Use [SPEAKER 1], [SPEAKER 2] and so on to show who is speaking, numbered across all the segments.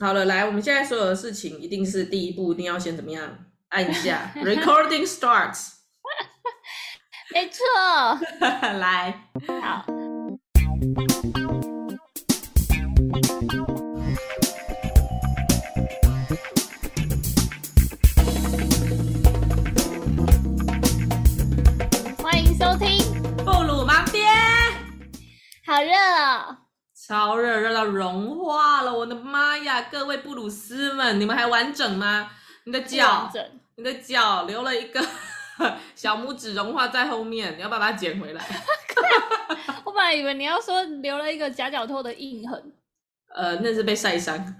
[SPEAKER 1] 好了，来，我们现在所有的事情一定是第一步，一定要先怎么样？按一 下，recording starts，
[SPEAKER 2] 没错，
[SPEAKER 1] 来，
[SPEAKER 2] 好，欢迎收听，
[SPEAKER 1] 布鲁盲边，
[SPEAKER 2] 好热哦！
[SPEAKER 1] 超热，热到融化了，我的妈呀！各位布鲁斯们，你们还完整吗？你的脚
[SPEAKER 2] 完，整
[SPEAKER 1] 你的脚留了一个 小拇指融化在后面，你要把它捡回来。
[SPEAKER 2] 我本来以为你要说留了一个夹脚拖的印痕，
[SPEAKER 1] 呃，那是被晒 伤，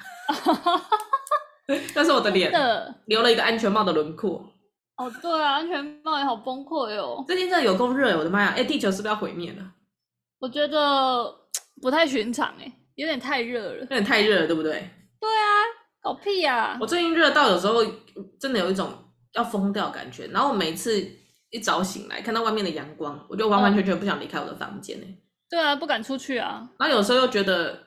[SPEAKER 1] 那是我的
[SPEAKER 2] 真
[SPEAKER 1] 脸，
[SPEAKER 2] 的
[SPEAKER 1] 留了一个安全帽的轮廓。
[SPEAKER 2] 哦，对啊，安全帽也好崩溃哦，
[SPEAKER 1] 最近真的有够热，我的妈呀！哎，地球是不是要毁灭了？
[SPEAKER 2] 我觉得不太寻常哎，有点太热了
[SPEAKER 1] 有，点太热了，对不对？
[SPEAKER 2] 搞屁呀、啊！
[SPEAKER 1] 我最近热到有时候真的有一种要疯掉的感觉，然后我每次一早醒来看到外面的阳光，我就完完全全不想离开我的房间呢、欸
[SPEAKER 2] 对啊，不敢出去啊，
[SPEAKER 1] 然后有时候又觉得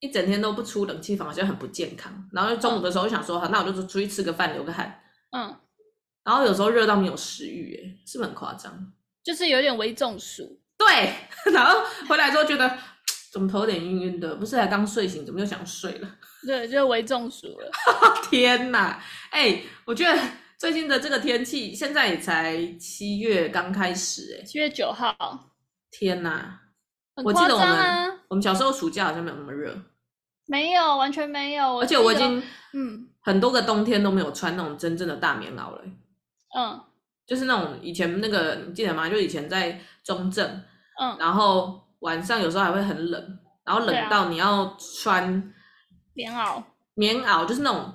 [SPEAKER 1] 一整天都不出冷气房好像很不健康，然后中午的时候想说好，那我就出去吃个饭流个汗，
[SPEAKER 2] 嗯，
[SPEAKER 1] 然后有时候热到没有食欲、欸，是不是很夸张？
[SPEAKER 2] 就是有点微中暑，
[SPEAKER 1] 对，然后回来之后觉得怎么头有点晕晕的，不是才刚睡醒，怎么又想睡了？
[SPEAKER 2] 对，就是微中暑了。
[SPEAKER 1] 天呐，哎、我觉得最近的这个天气，现在也才七月刚开始、哎，
[SPEAKER 2] 七月九号，
[SPEAKER 1] 天呐，
[SPEAKER 2] 很
[SPEAKER 1] 我记
[SPEAKER 2] 夸
[SPEAKER 1] 得
[SPEAKER 2] 张
[SPEAKER 1] 我们
[SPEAKER 2] 啊，
[SPEAKER 1] 我们小时候暑假好像没有那么热，
[SPEAKER 2] 没有，完全没有。
[SPEAKER 1] 而且我已
[SPEAKER 2] 记得
[SPEAKER 1] 经
[SPEAKER 2] 嗯
[SPEAKER 1] 很多个冬天都没有穿那种真正的大棉袄了、哎
[SPEAKER 2] 嗯
[SPEAKER 1] 就是那种以前那个你记得吗？就以前在中正，
[SPEAKER 2] 嗯，
[SPEAKER 1] 然后晚上有时候还会很冷，然后
[SPEAKER 2] 对啊
[SPEAKER 1] 冷到你要穿
[SPEAKER 2] 棉袄，
[SPEAKER 1] 棉袄，就是那种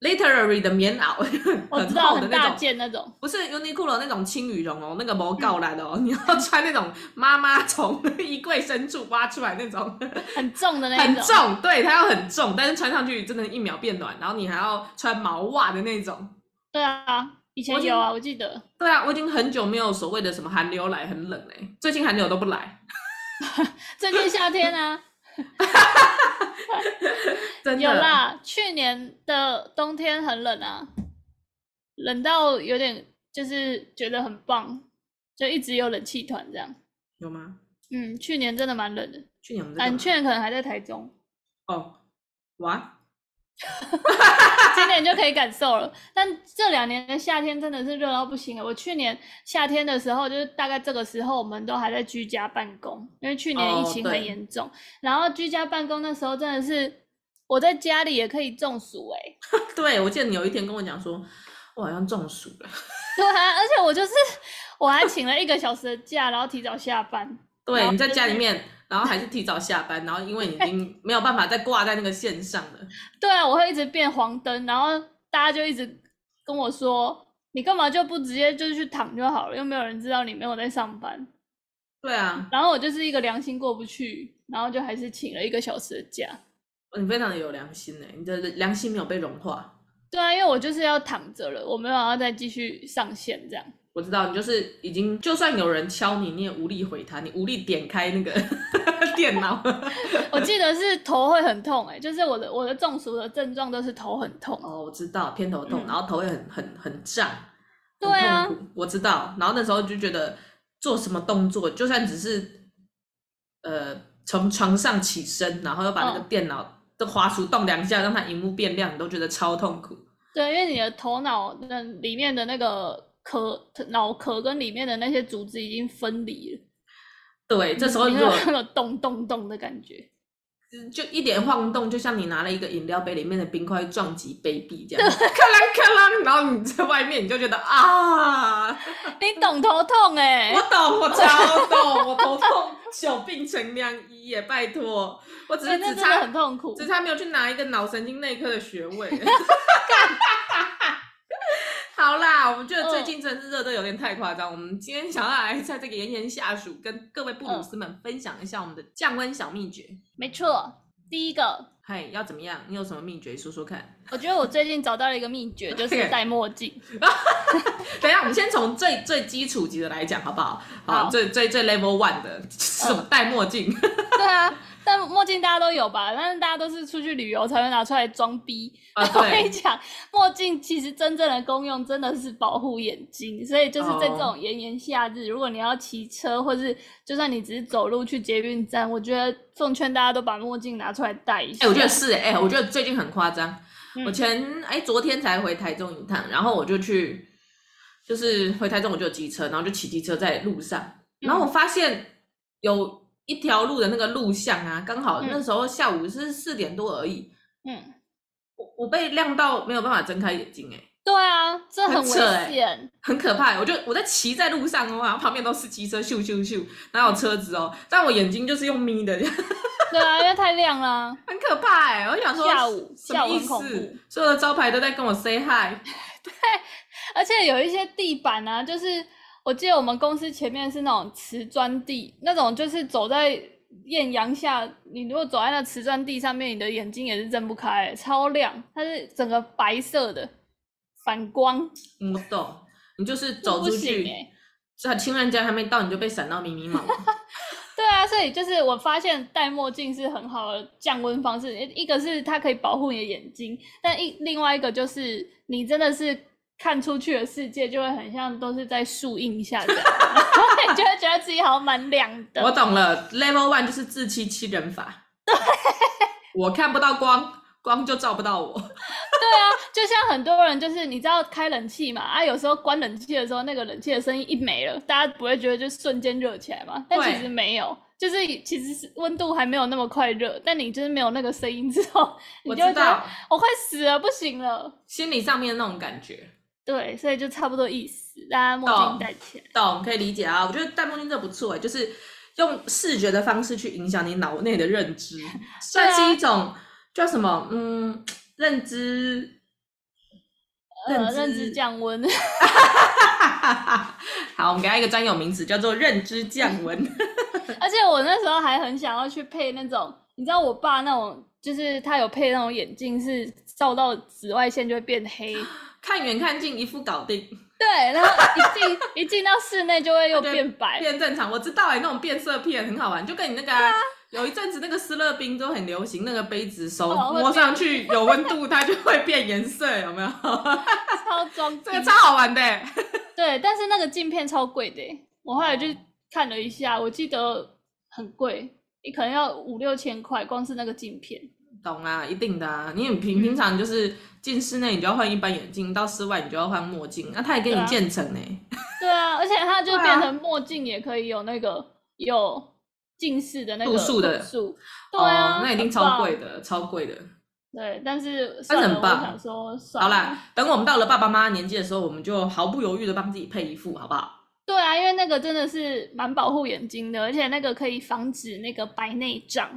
[SPEAKER 1] literary 的棉袄，
[SPEAKER 2] 我
[SPEAKER 1] 很
[SPEAKER 2] 知道
[SPEAKER 1] 厚的
[SPEAKER 2] 很
[SPEAKER 1] 那
[SPEAKER 2] 大
[SPEAKER 1] 种。
[SPEAKER 2] 件那嗯种，
[SPEAKER 1] 不是 Uniqlo 那种轻羽绒哦，那个毛告来的哦， 你要穿那种妈妈从 衣柜深处挖出来那种，
[SPEAKER 2] 很重的那
[SPEAKER 1] 很
[SPEAKER 2] 种，
[SPEAKER 1] 重，对，它要很重，但是穿上去真的，一秒变暖，然后你还要穿毛袜的那种。
[SPEAKER 2] 对啊，以
[SPEAKER 1] 我
[SPEAKER 2] 前
[SPEAKER 1] 已
[SPEAKER 2] 有啊，我记得。
[SPEAKER 1] 对啊，我已经很久没有所谓的什么寒流来很冷哎、最近寒流都不来，
[SPEAKER 2] 最近夏天啊，
[SPEAKER 1] 真的
[SPEAKER 2] 有，啦，去年的冬天很冷啊，冷到有点就是觉得很棒，就一直有冷气团这样。
[SPEAKER 1] 有吗？
[SPEAKER 2] 嗯，去年真的蛮冷的，
[SPEAKER 1] 去年我们在
[SPEAKER 2] 但
[SPEAKER 1] 干嘛
[SPEAKER 2] 去年可能还在台中，
[SPEAKER 1] 哦，哇，
[SPEAKER 2] 今年就可以感受了。但这两年的夏天真的是热到不行了。我去年夏天的时候，就是大概这个时候，我们都还在居家办公，因为去年
[SPEAKER 1] 哦
[SPEAKER 2] 疫情
[SPEAKER 1] 对
[SPEAKER 2] 很严重。然后居家办公那时候真的是，我在家里也可以中暑哎、
[SPEAKER 1] 对我记得你有一天跟我讲说，我好像中暑了。
[SPEAKER 2] 对啊，而且我就是我还请了一个小时的假，然后提早下班。然
[SPEAKER 1] 对，
[SPEAKER 2] 后
[SPEAKER 1] 你在
[SPEAKER 2] 就
[SPEAKER 1] 家里
[SPEAKER 2] 是
[SPEAKER 1] 面，然后还是提早下班，然后因为你已经没有办法再挂在那个线上了。
[SPEAKER 2] 对啊，我会一直变黄灯，然后大家就一直跟我说，你干嘛就不直接就是去躺就好了，又没有人知道你没有在上班。
[SPEAKER 1] 对啊，
[SPEAKER 2] 然后我就是一个良心过不去，然后就还是请了一个小时的假。
[SPEAKER 1] 你非常的有良心呢、欸你的良心没有被融化。
[SPEAKER 2] 对啊，因为我就是要躺着了，我没有要再继续上线这样。
[SPEAKER 1] 我知道你就是已经，就算有人敲你，你也无力回他，你无力点开那个 电脑。
[SPEAKER 2] 我记得是头会很痛、欸，就是我的我的中暑的症状都是头很痛。
[SPEAKER 1] 哦，我知道偏头痛，
[SPEAKER 2] 嗯
[SPEAKER 1] 然后头会很很很胀，很
[SPEAKER 2] 对啊
[SPEAKER 1] 痛苦，我知道。然后那时候就觉得做什么动作，就算只是呃从床上起身，然后又把那个
[SPEAKER 2] 嗯
[SPEAKER 1] 电脑的滑鼠动两下，让它荧幕变亮，你都觉得超痛苦。
[SPEAKER 2] 对，因为你的头脑的里面的那个壳脑壳跟里面的那些组织已经分离了，
[SPEAKER 1] 对，欸这时候
[SPEAKER 2] 你
[SPEAKER 1] 如
[SPEAKER 2] 会有
[SPEAKER 1] 果
[SPEAKER 2] 那个咚咚咚的感觉。
[SPEAKER 1] 就一点晃动，就像你拿了一个饮料杯里面的冰块撞击杯壁这 样，咔啷咔啷，然后你在外面你就觉得啊，
[SPEAKER 2] 你懂头痛 哎、
[SPEAKER 1] 我懂，我超懂，我头痛久病成良医耶，拜托，我只
[SPEAKER 2] 所以
[SPEAKER 1] 是
[SPEAKER 2] 哎那
[SPEAKER 1] 只
[SPEAKER 2] 真的
[SPEAKER 1] 差
[SPEAKER 2] 很痛苦
[SPEAKER 1] 只。差没有去拿一个脑神经内科的学位。 好啦，我们觉得最近真的是热的有点太夸张。我们今天想要来在这个炎炎夏暑，跟各位布鲁斯们分享一下我们的降温小秘诀。
[SPEAKER 2] 没错，第一个，
[SPEAKER 1] 嗨，要怎么样？你有什么秘诀说说看？
[SPEAKER 2] 我觉得我最近找到了一个秘诀， 就是戴墨镜。
[SPEAKER 1] 等一下，我们先从最最基础级的来讲，好不好？
[SPEAKER 2] 好
[SPEAKER 1] 最最最 level one 的，就是什么戴墨镜？
[SPEAKER 2] 对啊，但墨镜大家都有吧？但是大家都是出去旅游才会拿出来装逼。
[SPEAKER 1] 啊
[SPEAKER 2] 我跟你
[SPEAKER 1] 对
[SPEAKER 2] 讲，墨镜其实真正的功用真的是保护眼睛，所以就是在这
[SPEAKER 1] 哦
[SPEAKER 2] 种炎炎夏日，如果你要骑车，或是就算你只是走路去捷运站，我觉得奉劝大家都把墨镜拿出来戴一下。
[SPEAKER 1] 哎、我觉得是哎、我觉得最近很夸张。
[SPEAKER 2] 嗯
[SPEAKER 1] 我前哎、昨天才回台中一趟，然后我就去，就是回台中我就有机车，然后就骑机车在路上，然后我发现有一条路的那个路像啊，刚好
[SPEAKER 2] 嗯
[SPEAKER 1] 那时候下午是四点多而已，
[SPEAKER 2] 嗯，
[SPEAKER 1] 我我被亮到没有办法睁开眼睛哎、
[SPEAKER 2] 对啊，这
[SPEAKER 1] 很
[SPEAKER 2] 很危
[SPEAKER 1] 扯欸
[SPEAKER 2] 险。
[SPEAKER 1] 很可怕欸、我就我在骑在路上哦，然后旁边都是机车，咻咻咻，哪有车子哦？但我眼睛就是用眯的，
[SPEAKER 2] 对啊，因为太亮啦。
[SPEAKER 1] 很可怕哎、我想说
[SPEAKER 2] 下午
[SPEAKER 1] 什么
[SPEAKER 2] 下午
[SPEAKER 1] 意
[SPEAKER 2] 很恐
[SPEAKER 1] 思
[SPEAKER 2] 怖？
[SPEAKER 1] 所有的招牌都在跟我 say hi，
[SPEAKER 2] 而且有一些地板啊，就是我记得我们公司前面是那种瓷砖地，那种就是走在艳阳下，你如果走在那瓷砖地上面，你的眼睛也是睁不开、超亮，它是整个白色的反光，
[SPEAKER 1] 我懂，你就是
[SPEAKER 2] 这
[SPEAKER 1] 走
[SPEAKER 2] 不
[SPEAKER 1] 出
[SPEAKER 2] 行
[SPEAKER 1] 去
[SPEAKER 2] 哎、，
[SPEAKER 1] 这情人节还没到，你就被闪到迷迷 茫茫。
[SPEAKER 2] 对啊，所以就是我发现戴墨镜是很好的降温方式，一一个是它可以保护你的眼睛，但一另外一个就是你真的是看出去的世界就会很像都是在树荫下这样， 然后你就会觉得自己好像蛮凉的。
[SPEAKER 1] 我懂了，Level One 就是自欺欺人 法。我看不到光，光就照不到我。
[SPEAKER 2] 对啊，就像很多人就是你知道开冷气嘛，啊有时候关冷气的时候，那个冷气的声音一没了，大家不会觉得就瞬间热起来嘛？但其
[SPEAKER 1] 会
[SPEAKER 2] 实没有，就是其实是温度还没有那么快热，但你就是没有那个声音之后，你
[SPEAKER 1] 我
[SPEAKER 2] 就会
[SPEAKER 1] 知
[SPEAKER 2] 觉得
[SPEAKER 1] 道，
[SPEAKER 2] 我快死了，不行了。
[SPEAKER 1] 心理上面那种感觉，
[SPEAKER 2] 对，所以就差不多意思，大家墨镜
[SPEAKER 1] 懂
[SPEAKER 2] 戴起来。
[SPEAKER 1] 懂可以理解啊。我觉得戴墨镜这不错哎、就是用视觉的方式去影响你脑内的认 知，
[SPEAKER 2] 啊
[SPEAKER 1] 算是一种叫什么？嗯，认知。
[SPEAKER 2] 呃，认知降温，
[SPEAKER 1] 好，我们给它一个专有名词，叫做认知降温。
[SPEAKER 2] 而且我那时候还很想要去配那种，你知道我爸那种，就是他有配那种眼镜，是照到紫外线就会变 黑，
[SPEAKER 1] 看远看近，一副搞定。
[SPEAKER 2] 对，然后一进一进到室内就会又
[SPEAKER 1] 它就
[SPEAKER 2] 变白，
[SPEAKER 1] 变正常，我知道哎、欸，那种变色片很好玩，就跟你那个啊、有一阵子那个斯乐冰都很流行，那个杯子手
[SPEAKER 2] 哦会
[SPEAKER 1] 摸上去有温度，它就会变颜色，有 没有？
[SPEAKER 2] 超装逼
[SPEAKER 1] 这。个超好玩的、欸，
[SPEAKER 2] 对，但是那个镜片超贵的欸，我后来
[SPEAKER 1] 哦
[SPEAKER 2] 就看了一下，我记得很贵，你可能要五六千块，光是那个镜片。
[SPEAKER 1] 懂啊，一定的啊。你很平平常就是进室内你就要换一般眼镜，到室外你就要换墨镜，那、它也给
[SPEAKER 2] 对啊
[SPEAKER 1] 你建成哎、欸，
[SPEAKER 2] 对啊，而且它就
[SPEAKER 1] 对啊
[SPEAKER 2] 变成墨镜也可以有那个有近视的那个
[SPEAKER 1] 度数的
[SPEAKER 2] 数，对啊，
[SPEAKER 1] 哦，那一定
[SPEAKER 2] 很
[SPEAKER 1] 超
[SPEAKER 2] 棒
[SPEAKER 1] 贵。的，超贵的。
[SPEAKER 2] 对，啊但是算
[SPEAKER 1] 很
[SPEAKER 2] 了，我
[SPEAKER 1] 棒
[SPEAKER 2] 想说算
[SPEAKER 1] 好
[SPEAKER 2] 了。
[SPEAKER 1] 啦，等我们到了爸爸妈妈年纪的时候，我们就毫不犹豫的帮自己配一副，好不好？
[SPEAKER 2] 对啊，因为那个真的是蛮保护眼睛的，而且那个可以防止那个白内障。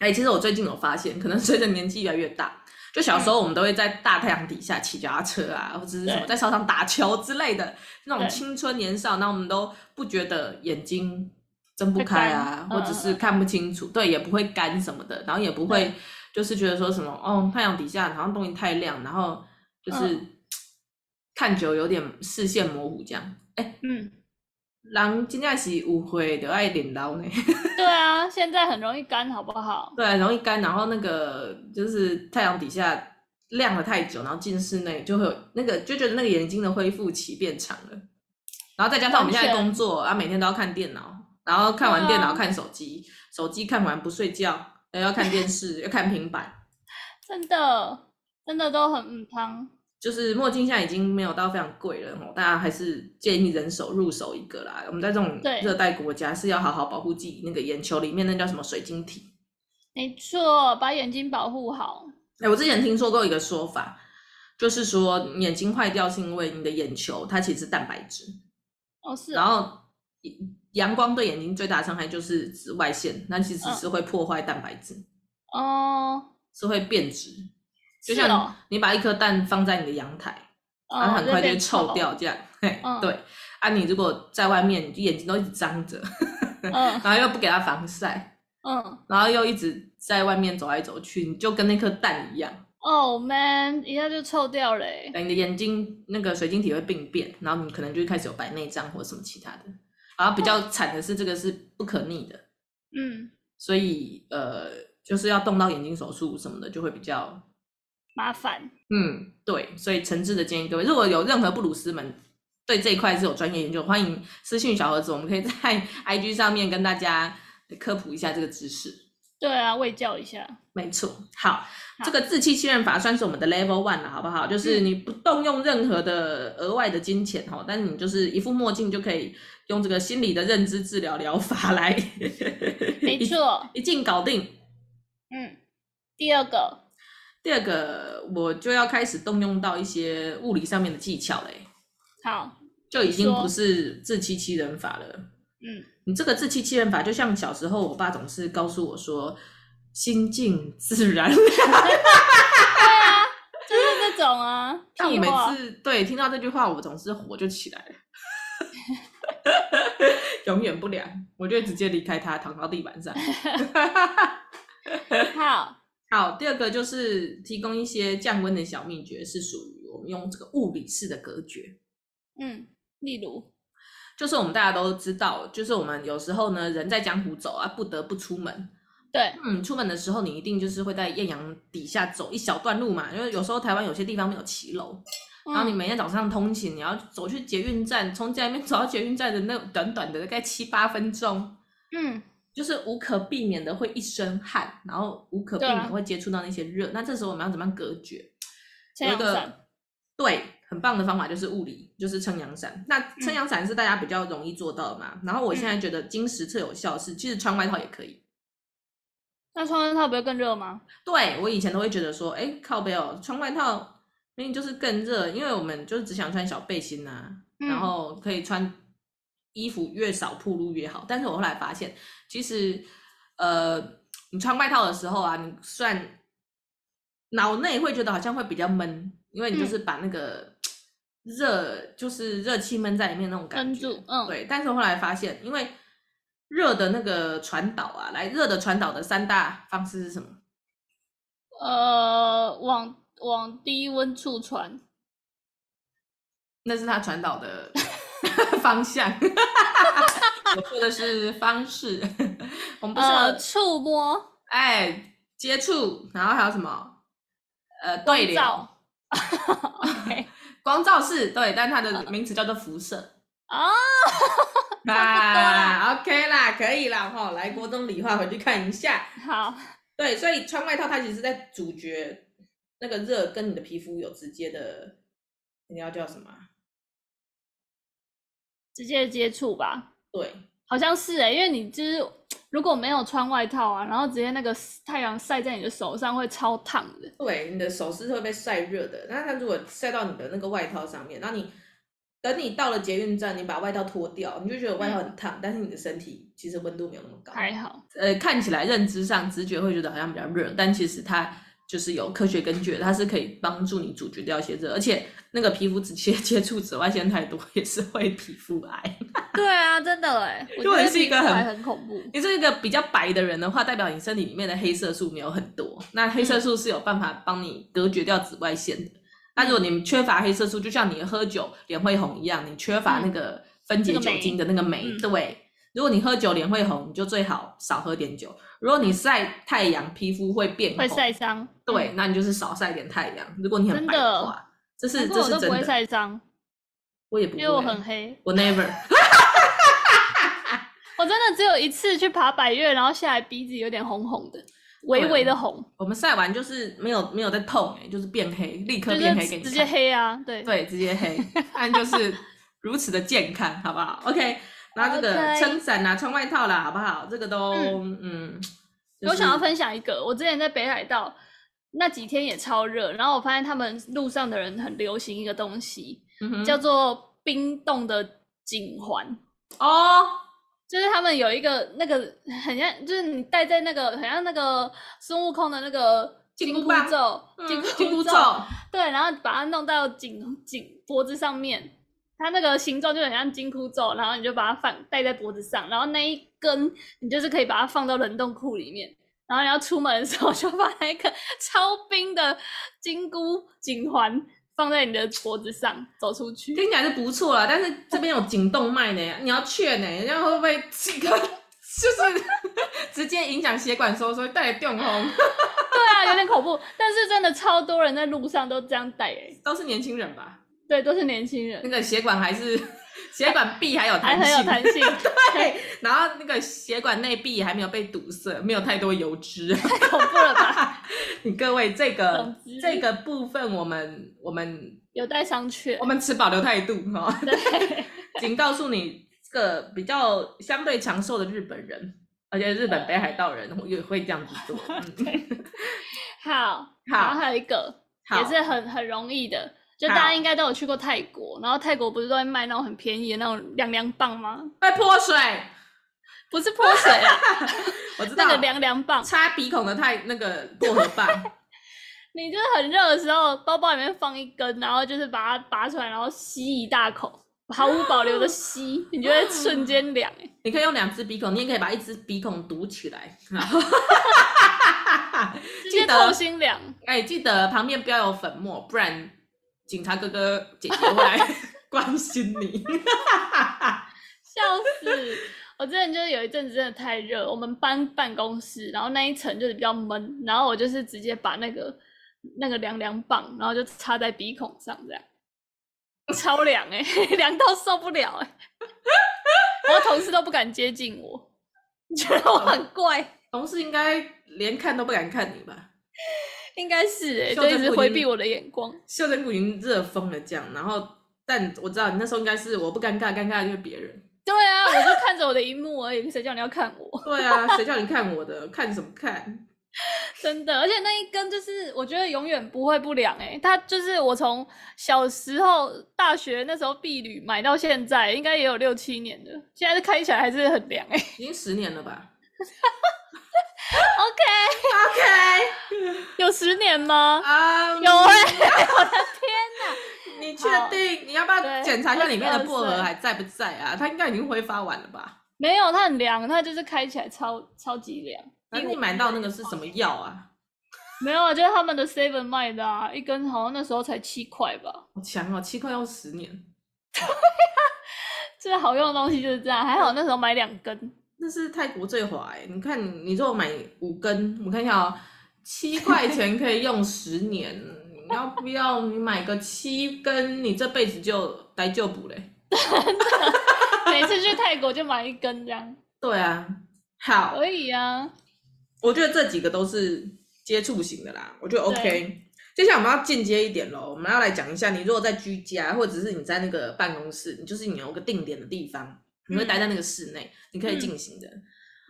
[SPEAKER 1] 哎、其实我最近有发现，可能随着年纪越来越大，就小时候我们都会在大太阳底下骑脚踏车啊，或者是什么
[SPEAKER 2] 嗯对
[SPEAKER 1] 在操场打球之类的那种
[SPEAKER 2] 对
[SPEAKER 1] 青春年少，那我们都不觉得眼睛睁不开啊，
[SPEAKER 2] 会干嗯
[SPEAKER 1] 或者是看不清楚，对，也不会干什么的，然后也不会
[SPEAKER 2] 对
[SPEAKER 1] 就是觉得说什么哦，太阳底下好像东西太亮，然后
[SPEAKER 2] 嗯
[SPEAKER 1] 就是、看久有点视线模糊这样。
[SPEAKER 2] 嗯，
[SPEAKER 1] 人真正是有会的爱脸老呢。
[SPEAKER 2] 对啊，现在很容易干，好不好？
[SPEAKER 1] 对，容易干，然后那个就是太阳底下晾了太久，然后进室内就会有那个就觉得那个眼睛的恢复期变长了，然后再加上我们现在
[SPEAKER 2] 完全
[SPEAKER 1] 工作啊，每天都要看电脑，然后看完电脑
[SPEAKER 2] 对啊
[SPEAKER 1] 看手机，手机看完不睡觉，然后要看电视，要看平板，
[SPEAKER 2] 真的，真的都很嗯汤。
[SPEAKER 1] 就是墨镜现在已经没有到非常贵了哦，大家还是建议人手入手一个啦。我们在这种
[SPEAKER 2] 对
[SPEAKER 1] 热带国家是要好好保护自己那个眼球里面那叫什么水晶体。
[SPEAKER 2] 没错，把眼睛保护好。
[SPEAKER 1] 哎、我之前听说过一个说法，就是说眼睛坏掉是因为你的眼球它其实是蛋白质，
[SPEAKER 2] 哦，是
[SPEAKER 1] 然
[SPEAKER 2] 哦，
[SPEAKER 1] 后阳光对眼睛最大的伤害就是紫外线，那其实
[SPEAKER 2] 嗯
[SPEAKER 1] 是会破坏蛋白质，
[SPEAKER 2] 哦，
[SPEAKER 1] 是会变质。就是像
[SPEAKER 2] 哦
[SPEAKER 1] 你把一颗蛋放在你的阳台，
[SPEAKER 2] 哦
[SPEAKER 1] 它、啊很快就
[SPEAKER 2] 被
[SPEAKER 1] 会臭
[SPEAKER 2] 臭。
[SPEAKER 1] 掉，这样。嘿，
[SPEAKER 2] 嗯
[SPEAKER 1] 对。啊，你如果在外面，你就眼睛都一直张着，
[SPEAKER 2] 嗯
[SPEAKER 1] 然后又不给它防晒，
[SPEAKER 2] 嗯。
[SPEAKER 1] 然后又一直在外面走来走去，你就跟那颗蛋一样。
[SPEAKER 2] 哦、man，一下就臭掉了欸。
[SPEAKER 1] 呃你的眼睛那个水晶体会病变，然后你可能就会开始有白内障或什么其他的。然后比较惨的是，这个是不可逆的，
[SPEAKER 2] 嗯，
[SPEAKER 1] 所以呃，就是要动到眼睛手术什么的，就会比较
[SPEAKER 2] 麻烦。
[SPEAKER 1] 嗯，对，所以诚挚的建议各位，如果有任何布鲁斯们对这一块是有专业研究，欢迎私信小盒子，我们可以在 IG 上面跟大家科普一下这个知识。
[SPEAKER 2] 对啊，喂教一下。
[SPEAKER 1] 没错，好，这个自欺欺人法算是我们的 level one 了，好不好？就是
[SPEAKER 2] 嗯，
[SPEAKER 1] 你不动用任何的额外的金钱哈，但是你就是一副墨镜就可以用这个心理的认知治疗疗法来
[SPEAKER 2] 没错，
[SPEAKER 1] 一，一镜搞定。
[SPEAKER 2] 嗯。第二个，
[SPEAKER 1] 第二个，我就要开始动用到一些物理上面的技巧嘞，
[SPEAKER 2] 好，
[SPEAKER 1] 就已经
[SPEAKER 2] 说
[SPEAKER 1] 不是自欺欺人法了。
[SPEAKER 2] 嗯，
[SPEAKER 1] 你这个自欺欺人法，就像小时候我爸总是告诉我说，心静自然 凉。
[SPEAKER 2] 就是这种 啊，
[SPEAKER 1] 但我
[SPEAKER 2] 屁
[SPEAKER 1] 每
[SPEAKER 2] 话。
[SPEAKER 1] 次对听到这句话，我总是火就起来了， 永远不凉，我就会直接离开他，躺到地板上。
[SPEAKER 2] 好，
[SPEAKER 1] 好，第二个就是提供一些降温的小秘诀，是属于我们用这个物理式的隔绝，
[SPEAKER 2] 嗯，例如，
[SPEAKER 1] 就是我们大家都知道，就是我们有时候呢，人在江湖走啊，不得不出门。
[SPEAKER 2] 对，
[SPEAKER 1] 嗯，出门的时候你一定就是会在艳阳底下走一小段路嘛，因为有时候台湾有些地方没有骑楼，然后你
[SPEAKER 2] 嗯
[SPEAKER 1] 每天早上通勤，你要走去捷运站，从家里面走到捷运站的那短短的大概七八分钟，
[SPEAKER 2] 嗯，
[SPEAKER 1] 就是无可避免的会一身汗，然后无可避
[SPEAKER 2] 对啊
[SPEAKER 1] 免会接触到那些热。那这时候我们要怎么样隔绝？
[SPEAKER 2] 撑
[SPEAKER 1] 有一
[SPEAKER 2] 阳伞
[SPEAKER 1] 个对很棒的方法就是物理，就是撑阳伞。那撑
[SPEAKER 2] 嗯
[SPEAKER 1] 阳伞是大家比较容易做到的嘛。然后我现在觉得经时最有效是，其实穿外套也可以。
[SPEAKER 2] 那穿外套不会更热吗？
[SPEAKER 1] 对我以前都会觉得说，哎，靠背哦，穿外套明明就是更热，因为我们就是只想穿小背心啊呐、然
[SPEAKER 2] 嗯
[SPEAKER 1] 后可以穿衣服越少铺路越好。但是我后来发现，其实呃，你穿外套的时候啊，你虽然脑内会觉得好像会比较闷，因为你就
[SPEAKER 2] 嗯
[SPEAKER 1] 是把那个热、就是热气闷在里面那种感
[SPEAKER 2] 撑
[SPEAKER 1] 觉，
[SPEAKER 2] 住，嗯，
[SPEAKER 1] 对，但是我后来发现，因为热的那个传导啊，来热的传导的三大方式是什么？
[SPEAKER 2] 呃，往往低温处传，
[SPEAKER 1] 那是它传导 的方向。 我说的是方式， 我们不是啊有、
[SPEAKER 2] 呃，触摸，
[SPEAKER 1] 哎接触，然后还有什么？呃，对流、
[SPEAKER 2] 照，OK，呃
[SPEAKER 1] 光照是对，但它的名词叫做辐射。
[SPEAKER 2] 哦，
[SPEAKER 1] 啊，OK 啦，可以啦，哈，来国中理化回去看一下。
[SPEAKER 2] 好，
[SPEAKER 1] 对，所以穿外套它其实是在主角那个热跟你的皮肤有直接的，你要叫什么啊？
[SPEAKER 2] 直接接触吧，
[SPEAKER 1] 对，
[SPEAKER 2] 好像是哎、因为你就是如果没有穿外套啊，然后直接那个太阳晒在你的手上会超烫的，
[SPEAKER 1] 对，你的手是会被晒热的。那它如果晒到你的那个外套上面，那你等你到了捷运站，你把外套脱掉，你就觉得外套很烫，但是你的身体其实温度没有那么高。
[SPEAKER 2] 还好，
[SPEAKER 1] 呃，看起来认知上直觉会觉得好像比较热，但其实它就是有科学根据的，它是可以帮助你阻绝掉一些热，而且那个皮肤直接 接触紫外线太多也是会皮肤癌。
[SPEAKER 2] 对啊，真的哎、我
[SPEAKER 1] 如
[SPEAKER 2] 觉
[SPEAKER 1] 果
[SPEAKER 2] 得
[SPEAKER 1] 你是一个
[SPEAKER 2] 皮肤癌
[SPEAKER 1] 很
[SPEAKER 2] 很恐怖，
[SPEAKER 1] 你是一个比较白的人的话，代表你身体里面的黑色素没有很多。那黑色素是有办法帮你隔绝掉紫外线的。那如果
[SPEAKER 2] 嗯
[SPEAKER 1] 你缺乏黑色素，就像你喝酒脸会红一样，你缺乏那个分解
[SPEAKER 2] 嗯这个
[SPEAKER 1] 酒
[SPEAKER 2] 酶
[SPEAKER 1] 精的那个酶。
[SPEAKER 2] 嗯
[SPEAKER 1] 对，如果你喝酒脸会红，你就最好少喝点酒。如果你晒太阳，皮肤会变
[SPEAKER 2] 会
[SPEAKER 1] 红，
[SPEAKER 2] 晒伤，嗯
[SPEAKER 1] 对，那你就是少晒点太阳。如果你很
[SPEAKER 2] 真
[SPEAKER 1] 白的
[SPEAKER 2] 的
[SPEAKER 1] 话，这
[SPEAKER 2] 嗯，
[SPEAKER 1] 是
[SPEAKER 2] 难怪
[SPEAKER 1] 这
[SPEAKER 2] 我
[SPEAKER 1] 是
[SPEAKER 2] 都
[SPEAKER 1] 真的。
[SPEAKER 2] 不会晒伤，
[SPEAKER 1] 我也不
[SPEAKER 2] 因
[SPEAKER 1] 会，
[SPEAKER 2] 为我很黑。
[SPEAKER 1] 我 never。
[SPEAKER 2] 我真的只有一次去爬百越，然后下来鼻子有点红红的，微
[SPEAKER 1] 啊
[SPEAKER 2] 微的红，
[SPEAKER 1] 我们晒完就是没有没有在痛、欸，就是变黑，立刻
[SPEAKER 2] 就
[SPEAKER 1] 变黑给
[SPEAKER 2] 是
[SPEAKER 1] 你
[SPEAKER 2] 直
[SPEAKER 1] 看。
[SPEAKER 2] 接黑啊，对，
[SPEAKER 1] 对，直接黑，但就是如此的健康，好不好？OK，然后这个
[SPEAKER 2] OK
[SPEAKER 1] 撑伞啦、穿外套啦，好不好？这个都嗯，就是
[SPEAKER 2] 我想要分享一个，我之前在北海道那几天也超热，然后我发现他们路上的人很流行一个东西，
[SPEAKER 1] 嗯哼
[SPEAKER 2] 叫做冰冻的颈环。
[SPEAKER 1] 哦，
[SPEAKER 2] 就是他们有一个那个很像，就是你戴在那个很像那个孙悟空的那个
[SPEAKER 1] 紧
[SPEAKER 2] 金
[SPEAKER 1] 箍
[SPEAKER 2] 箍
[SPEAKER 1] 棒
[SPEAKER 2] 咒，
[SPEAKER 1] 金
[SPEAKER 2] 箍
[SPEAKER 1] 金箍咒，
[SPEAKER 2] 对，然后把它弄到颈颈脖子上面，它那个形状就很像金箍咒，然后你就把它放戴在脖子上，然后那一根你就是可以把它放到冷冻库里面，然后你要出门的时候就把那个超冰的金箍颈环放在你的脖子上走出去。
[SPEAKER 1] 听起来是不错啦，但是这边有颈动脉呢，你要劝呢，这样会不会这个就是 直接影响血管收缩，带来中风，
[SPEAKER 2] 对啊，有点恐怖。但是真的超多人在路上都这样戴诶、
[SPEAKER 1] 都是年轻人吧？
[SPEAKER 2] 对，都是年轻
[SPEAKER 1] 那
[SPEAKER 2] 人，
[SPEAKER 1] 个血管还是血管壁还有
[SPEAKER 2] 还
[SPEAKER 1] 弹
[SPEAKER 2] 很有
[SPEAKER 1] 性，
[SPEAKER 2] 弹性，
[SPEAKER 1] 对，然后那个血管内壁还没有被堵塞，没有太多油脂。
[SPEAKER 2] 太恐怖了吧？
[SPEAKER 1] 你 各位，这个
[SPEAKER 2] 总之
[SPEAKER 1] 这个部分我们我们
[SPEAKER 2] 有待商榷
[SPEAKER 1] 我。们持保留态度哈。 哦
[SPEAKER 2] 对，
[SPEAKER 1] 仅告诉你，这个比较相对长寿的日本人，而且日本北海道
[SPEAKER 2] 呃
[SPEAKER 1] 人也会这样子 做。嗯、
[SPEAKER 2] 好，然后
[SPEAKER 1] 好，
[SPEAKER 2] 还有一个
[SPEAKER 1] 好
[SPEAKER 2] 也是很很容易的，就
[SPEAKER 1] 好
[SPEAKER 2] 大家应该都有去过泰国，然后泰国不是都会卖那种很便宜的那种凉凉棒吗？
[SPEAKER 1] 会泼水，
[SPEAKER 2] 不是泼水啊，
[SPEAKER 1] 我知道。
[SPEAKER 2] 那个凉凉棒，
[SPEAKER 1] 擦鼻孔的太那个薄荷 棒，
[SPEAKER 2] 你就是很热的时候，包包里面放一根，然后就是把它拔出来，然后吸一大口，毫无保留的吸，你就会瞬间凉、欸。
[SPEAKER 1] 你可以用两只鼻孔，你也可以把一只鼻孔堵起来。
[SPEAKER 2] 直
[SPEAKER 1] 记
[SPEAKER 2] 接
[SPEAKER 1] 得
[SPEAKER 2] 透心凉。
[SPEAKER 1] 哎，记得旁边不要有粉末，不然警察哥哥姐姐会来 关心你。
[SPEAKER 2] 笑死！我之前就是有一阵子真的太热，我们搬办公室，然后那一层就是比较闷，然后我就是直接把那个那个凉凉棒，然后就插在鼻孔上，这样超凉哎、 凉到受不了哎、我的同事都不敢接近我， 觉得我很怪，
[SPEAKER 1] 同事应该连看都不敢看你吧？
[SPEAKER 2] 应该是哎、
[SPEAKER 1] 修
[SPEAKER 2] 就一
[SPEAKER 1] 正
[SPEAKER 2] 直
[SPEAKER 1] 不
[SPEAKER 2] 回
[SPEAKER 1] 一
[SPEAKER 2] 避我的眼光。
[SPEAKER 1] 袖珍谷已经热疯了这样，然后但我知道你那时候应该是我不尴尬，尴尬的就是别人。
[SPEAKER 2] 对啊，我就看着我的荧幕而已，谁叫你要看我？
[SPEAKER 1] 对啊，谁叫你看我的？看什么看？
[SPEAKER 2] 真的，而且那一根就是我觉得永远不会不凉哎、它就是我从小时候大学那时候避旅买到现在，应该也有六七年了，现在是开起来还是很凉哎、
[SPEAKER 1] 已经十年了吧
[SPEAKER 2] OK，
[SPEAKER 1] ？OK，
[SPEAKER 2] 有十年吗？
[SPEAKER 1] 啊、
[SPEAKER 2] 有哎、我的天
[SPEAKER 1] 你确
[SPEAKER 2] 好
[SPEAKER 1] 定？你要不要
[SPEAKER 2] 对
[SPEAKER 1] 检查一下里面的薄
[SPEAKER 2] 22
[SPEAKER 1] 荷
[SPEAKER 2] 岁
[SPEAKER 1] 还在不在啊？它应该已经挥发完了吧？
[SPEAKER 2] 哪，没有，它很凉，它就是开起来超超级凉。
[SPEAKER 1] 那
[SPEAKER 2] 比
[SPEAKER 1] 你
[SPEAKER 2] 我
[SPEAKER 1] 买到那个是什么药啊？
[SPEAKER 2] 没有啊？就是他们的 Seven 卖的啊，一根好像那时候才七块吧。
[SPEAKER 1] 好强哦，七块要十年，
[SPEAKER 2] 这好用的东西就是这样，还好那时候买两根，
[SPEAKER 1] 那是泰国最滑哎、你看你，你如果买五根，我看一下哦，七块钱可以用十年，你要不要？你买个七根，你这辈子就待就补嘞。
[SPEAKER 2] 每次去泰国就买一根这样，
[SPEAKER 1] 对啊，好，
[SPEAKER 2] 可以啊。
[SPEAKER 1] 我觉得这几个都是接触型的啦，我觉得 OK
[SPEAKER 2] 对。
[SPEAKER 1] 接下来我们要进阶一点喽，我们要来讲一下，你如果在居家，或者是你在那个办公室，你就是你有个定点的地方，你会待在那个室内，你可以进行的。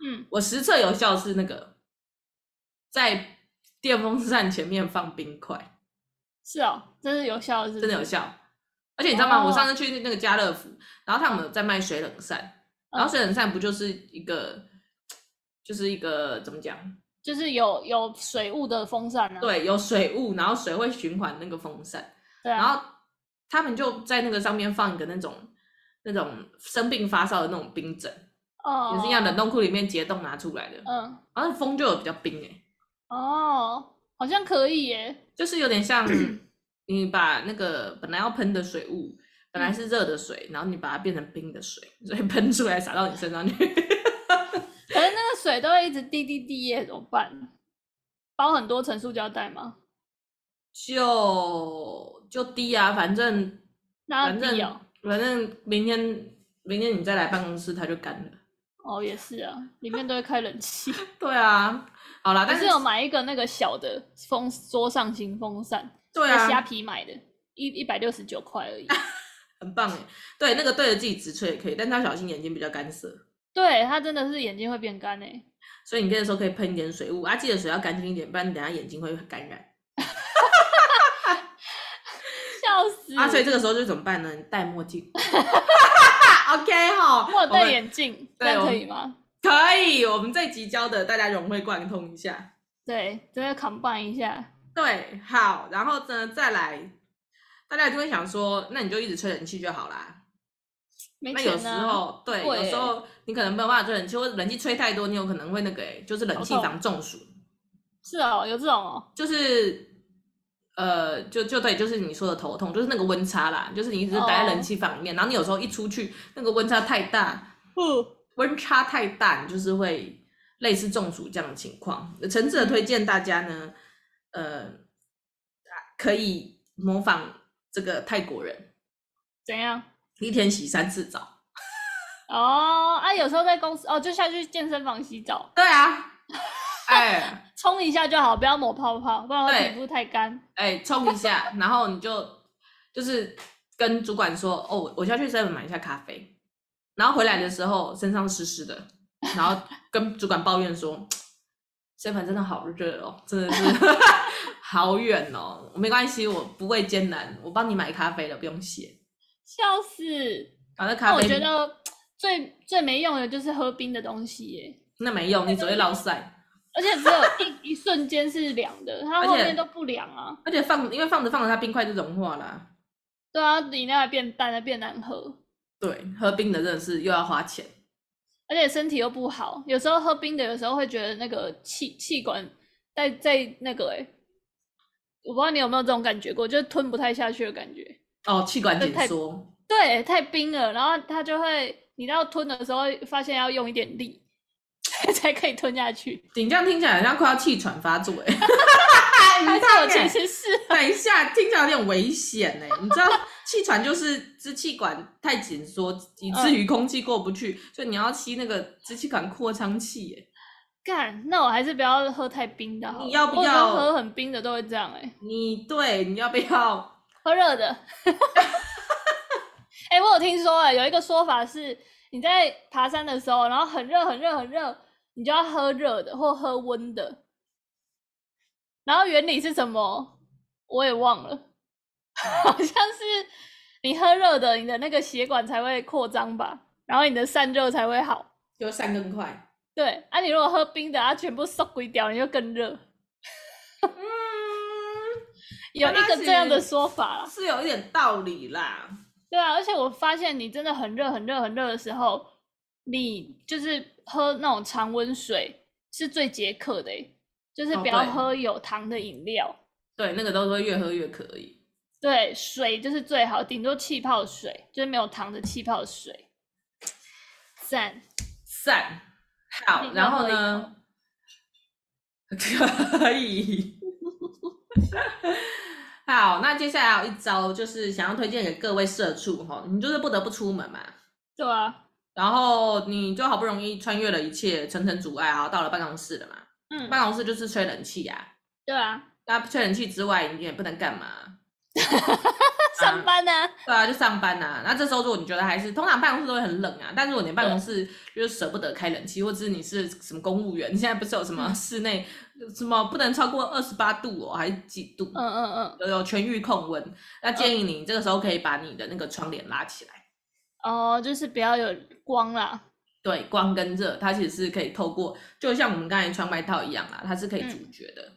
[SPEAKER 2] 嗯，
[SPEAKER 1] 我实测有效是那个在电风扇前面放冰块，
[SPEAKER 2] 是哦，真是有效的是不是，
[SPEAKER 1] 真的有效。而且你知道吗？
[SPEAKER 2] 哦
[SPEAKER 1] 我上次去那个家乐福，然后他们有在卖水冷扇，然后
[SPEAKER 2] 嗯
[SPEAKER 1] 水冷扇不就是一个，就是一个怎么讲？
[SPEAKER 2] 就是有有水雾的风扇啊。
[SPEAKER 1] 对，有水雾，然后水会循环那个风扇，
[SPEAKER 2] 对啊，
[SPEAKER 1] 然后他们就在那个上面放一个那种那种生病发烧的那种冰枕，
[SPEAKER 2] 哦
[SPEAKER 1] 也是一样冷冻库里面解冻拿出来的，
[SPEAKER 2] 嗯，
[SPEAKER 1] 然后风就有比较冰哎、
[SPEAKER 2] 哦，好像可以耶。
[SPEAKER 1] 就是有点像
[SPEAKER 2] 嗯
[SPEAKER 1] 你把那个本来要喷的水雾，本
[SPEAKER 2] 嗯
[SPEAKER 1] 来是热的水，然后你把它变成冰的水，所以喷出来洒到你身上去。
[SPEAKER 2] 可是那个水都会一直滴滴滴耶，怎么办？包很多层塑胶袋吗？
[SPEAKER 1] 就就滴啊，反正
[SPEAKER 2] 那
[SPEAKER 1] 反
[SPEAKER 2] 必
[SPEAKER 1] 正、
[SPEAKER 2] 哦，
[SPEAKER 1] 反正明天明天你再来办公室，它就干了。
[SPEAKER 2] 哦也是啊，里面都会开 冷气。
[SPEAKER 1] 对啊，好啦，
[SPEAKER 2] 我
[SPEAKER 1] 但是
[SPEAKER 2] 是有买一个那个小的风桌上型风扇，
[SPEAKER 1] 对
[SPEAKER 2] 在虾
[SPEAKER 1] 啊，
[SPEAKER 2] 皮买的，一一百六十九块而已。
[SPEAKER 1] 很棒哎。对，那个对着自己直吹也可以，但是要小心眼睛比较干涩，
[SPEAKER 2] 对，它真的是眼睛会变干欸诶。
[SPEAKER 1] 所以你跟的时候可以喷一点水雾啊，记得水要干净一点，不然你等下眼睛会感染。
[SPEAKER 2] 笑死！
[SPEAKER 1] 啊，所以这个时候就怎么办呢？你戴墨 镜。OK 哈，
[SPEAKER 2] 我有
[SPEAKER 1] 我
[SPEAKER 2] 戴
[SPEAKER 1] 们
[SPEAKER 2] 眼镜，这
[SPEAKER 1] 对
[SPEAKER 2] 样
[SPEAKER 1] 我
[SPEAKER 2] 可
[SPEAKER 1] 们
[SPEAKER 2] 以吗？
[SPEAKER 1] 可以，我们这集教的大家融会贯通一下。
[SPEAKER 2] 对，真的 combine 一下。
[SPEAKER 1] 对，好，然后呢再来，大家就会想说，那你就一直吹冷气就好啦。
[SPEAKER 2] 没
[SPEAKER 1] 那有
[SPEAKER 2] 钱啊
[SPEAKER 1] 时
[SPEAKER 2] 呢、
[SPEAKER 1] 候，对，
[SPEAKER 2] 对
[SPEAKER 1] 有时候你可能没有办法吹冷气，或者冷气吹太多，你有可能会那个、欸，就是冷
[SPEAKER 2] 头
[SPEAKER 1] 气
[SPEAKER 2] 痛
[SPEAKER 1] 房中暑。
[SPEAKER 2] 是哦，有这种哦。
[SPEAKER 1] 就是呃，就就对，就是你说的头痛，就是那个温差啦，就是你一直待在冷气房里面，然后你有时候一出去，那个温差太大，
[SPEAKER 2] 不，
[SPEAKER 1] 温差太大，你就是会类似中暑这样的情况。呃诚挚的推荐大家呢，呃，可以模仿这个泰国人，
[SPEAKER 2] 怎样？
[SPEAKER 1] 一天洗三次澡。
[SPEAKER 2] 哦，啊，有时候在公司哦，就下去健身房洗澡，
[SPEAKER 1] 对啊，哎。
[SPEAKER 2] 冲一下就好，不要抹泡泡，不然会
[SPEAKER 1] 对
[SPEAKER 2] 皮肤太干。
[SPEAKER 1] 哎、冲一下，然后你就就是跟主管说，哦，我我下去 seven 买一下咖啡，然后回来的时候身上湿湿的，然后跟主管抱怨说，seven 真的好热哦，真的是 好远哦，没关系，我不畏艰难，我帮你买咖啡了，不用谢。
[SPEAKER 2] 笑死！
[SPEAKER 1] 反正
[SPEAKER 2] 那
[SPEAKER 1] 咖
[SPEAKER 2] 我
[SPEAKER 1] 啡
[SPEAKER 2] 觉得最最没用的就是喝冰的东西耶，
[SPEAKER 1] 那没用，你只会落晒，
[SPEAKER 2] 而且只有一一瞬间是凉 的，它
[SPEAKER 1] 而
[SPEAKER 2] 后
[SPEAKER 1] 且
[SPEAKER 2] 面都不凉啊。
[SPEAKER 1] 而且放因为放着放着它冰块就融化了啊。
[SPEAKER 2] 对啊，饮料还变淡，还变难喝，
[SPEAKER 1] 对，喝冰的真的是又要花钱。
[SPEAKER 2] 而且身体又不好。有时候喝冰的，有时候会觉得那个气气管在在那个哎、我不知道你有没有这种感觉过，就是吞不太下去的感觉。
[SPEAKER 1] 哦，气管
[SPEAKER 2] 这
[SPEAKER 1] 紧
[SPEAKER 2] 太
[SPEAKER 1] 缩，
[SPEAKER 2] 对，太冰了，然后它就会，你到吞的时候会发现要用一点力 才可以吞下去。
[SPEAKER 1] 你这样听起来好像快要气喘发作哎、
[SPEAKER 2] 还
[SPEAKER 1] 欸
[SPEAKER 2] 是我其实是，
[SPEAKER 1] 等一下，听起来有点危险呢、你知道，气喘就是支气管太紧缩，以至于空气过不
[SPEAKER 2] 嗯
[SPEAKER 1] 去，所以你要吸那个支气管扩张欸气、耶。
[SPEAKER 2] 干，那我还是不要喝太冰的好了。
[SPEAKER 1] 你要不
[SPEAKER 2] 我有时
[SPEAKER 1] 要
[SPEAKER 2] 候喝很冰的都会这样哎、
[SPEAKER 1] 你对，你要不要？
[SPEAKER 2] 喝热的。 哎、我有听说哎、有一个说法是，你在爬山的时候，然后很热很热很热，你就要喝热的或喝温的。然后原理是什么？我也忘了， 好像是你喝热的，你的那个血管才会扩张吧，然后你的散热才会好。
[SPEAKER 1] 就散更快。
[SPEAKER 2] 对，啊，你如果喝冰的，它全部缩鬼掉，你就更热。 有一个这样的说法啦。
[SPEAKER 1] 是有一点道理啦。
[SPEAKER 2] 对啊，而且我发现你真的很热、很热、很热的时候，你就是喝那种常温水是最解渴的欸，就是
[SPEAKER 1] 哦
[SPEAKER 2] 不要
[SPEAKER 1] 对
[SPEAKER 2] 喝有糖的饮料。
[SPEAKER 1] 对，那个都是会越喝越可以。
[SPEAKER 2] 对，水就是最好，顶多气泡水，就是没有糖的气泡水。赞，
[SPEAKER 1] 散好，
[SPEAKER 2] 你
[SPEAKER 1] 然后
[SPEAKER 2] 喝一
[SPEAKER 1] 呢？ 可以。好，那接下来还有一招就是想要推荐给各位社畜哈，你就是不得不出门嘛，
[SPEAKER 2] 对啊，
[SPEAKER 1] 然后你就好不容易穿越了一切层层阻碍，然后到了办公室了嘛。
[SPEAKER 2] 嗯，
[SPEAKER 1] 办公室就是吹冷气呀、
[SPEAKER 2] 对啊，
[SPEAKER 1] 那吹冷气之外，你也不能干嘛？
[SPEAKER 2] 上班呢、
[SPEAKER 1] 对啊，就上班呐、那这时候如果你觉得还是，通常办公室都会很冷啊，但如果你办公室就是舍不得开冷气，或者是你是什么公务员，现在不是有什么
[SPEAKER 2] 嗯
[SPEAKER 1] 室内、什么不能超过二十八度哦，还是几度？
[SPEAKER 2] 嗯嗯嗯，
[SPEAKER 1] 有有全域控温，那建议你这个时候可以把你的那个窗帘拉起来，
[SPEAKER 2] 哦，就是不要有光啦，
[SPEAKER 1] 对，
[SPEAKER 2] 嗯
[SPEAKER 1] 光跟热它其实是可以透过，就像我们刚才穿外套一样啊啦，它是可以
[SPEAKER 2] 嗯
[SPEAKER 1] 阻绝的。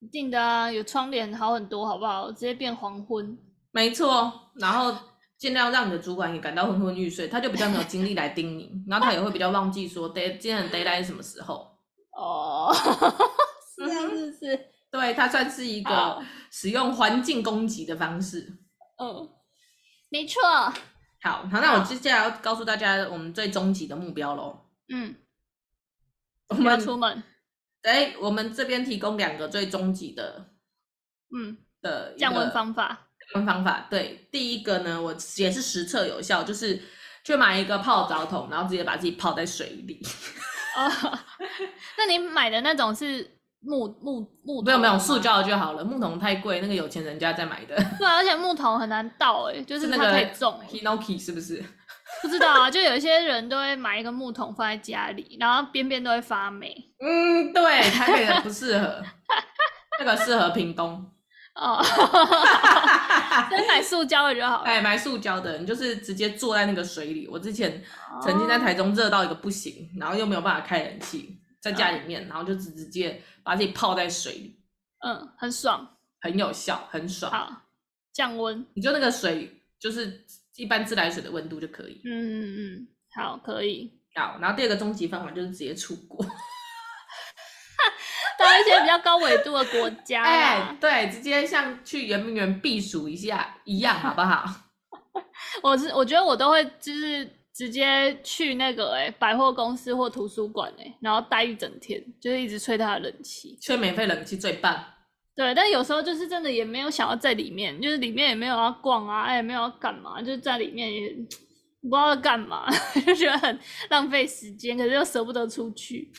[SPEAKER 2] 一定的啊，有窗帘好很多，好不好？直接变黄昏。
[SPEAKER 1] 没错，然后尽量让你的主管也感到昏昏欲睡，他就比较没有精力来盯你，然后他也会比较忘记说 day 今天的 d a y l i g h t 是什么时候。
[SPEAKER 2] 哦， 是这样是不是？
[SPEAKER 1] 对，它算是一个
[SPEAKER 2] 好
[SPEAKER 1] 使用环境攻击的方式。
[SPEAKER 2] 嗯，没错。
[SPEAKER 1] 好，好，那我接下来要告诉大家我们最终极的目标喽。
[SPEAKER 2] 嗯，
[SPEAKER 1] 我
[SPEAKER 2] 不要
[SPEAKER 1] 们
[SPEAKER 2] 出门。
[SPEAKER 1] 哎、我们这边提供两个最终极的
[SPEAKER 2] 嗯，
[SPEAKER 1] 的一
[SPEAKER 2] 降温
[SPEAKER 1] 个
[SPEAKER 2] 方法。
[SPEAKER 1] 降温方法。对，第一个呢，我也是实测有效，就是去买一个泡澡桶，然后直接把自己泡在水里。
[SPEAKER 2] 哦， 那你买的那种是木木木头？
[SPEAKER 1] 没有没有，塑。胶就好了，木桶太贵，那个有钱人家在买的。
[SPEAKER 2] 对啊，而且木头很难倒哎、就是是
[SPEAKER 1] 那
[SPEAKER 2] 它
[SPEAKER 1] 个
[SPEAKER 2] 太重了。
[SPEAKER 1] Hinoki 是不是？
[SPEAKER 2] 不知道啊，就有一些人都会买一个木桶放在家里，然后边边都会发霉。
[SPEAKER 1] 嗯，对，台北人不适合，那个适合屏东。
[SPEAKER 2] 哦， 真买塑胶的就好了。
[SPEAKER 1] 哎，买塑胶的，你就是直接坐在那个水里。我之前
[SPEAKER 2] 哦
[SPEAKER 1] 曾经在台中热到一个不行，然后又没有办法开冷气，在家里面，然后就直直接把自己泡在水里，
[SPEAKER 2] 嗯，很爽。
[SPEAKER 1] 很有效，很爽。
[SPEAKER 2] 好，降温。
[SPEAKER 1] 你就那个水就是一般自来水的温度就可以。
[SPEAKER 2] 嗯嗯嗯，好，可以。
[SPEAKER 1] 好，然后第二个终极方法就是直接出国。
[SPEAKER 2] 到一些比较高纬度的国家
[SPEAKER 1] 哎、
[SPEAKER 2] 啦。
[SPEAKER 1] 对，直接像去圆明园避暑一下一样，好不好？
[SPEAKER 2] 我是我觉得我都会就是直接去那个哎、百货公司或图书馆哎、然后待一整天，就是一直吹他的冷气。
[SPEAKER 1] 吹免费冷气最棒。
[SPEAKER 2] 对，但有时候就是真的也没有想要在里面，就是里面也没有要逛啊，哎，也没有要干嘛，就是在里面也不知道要干嘛， 就觉得很浪费时间，可是又舍不得出去。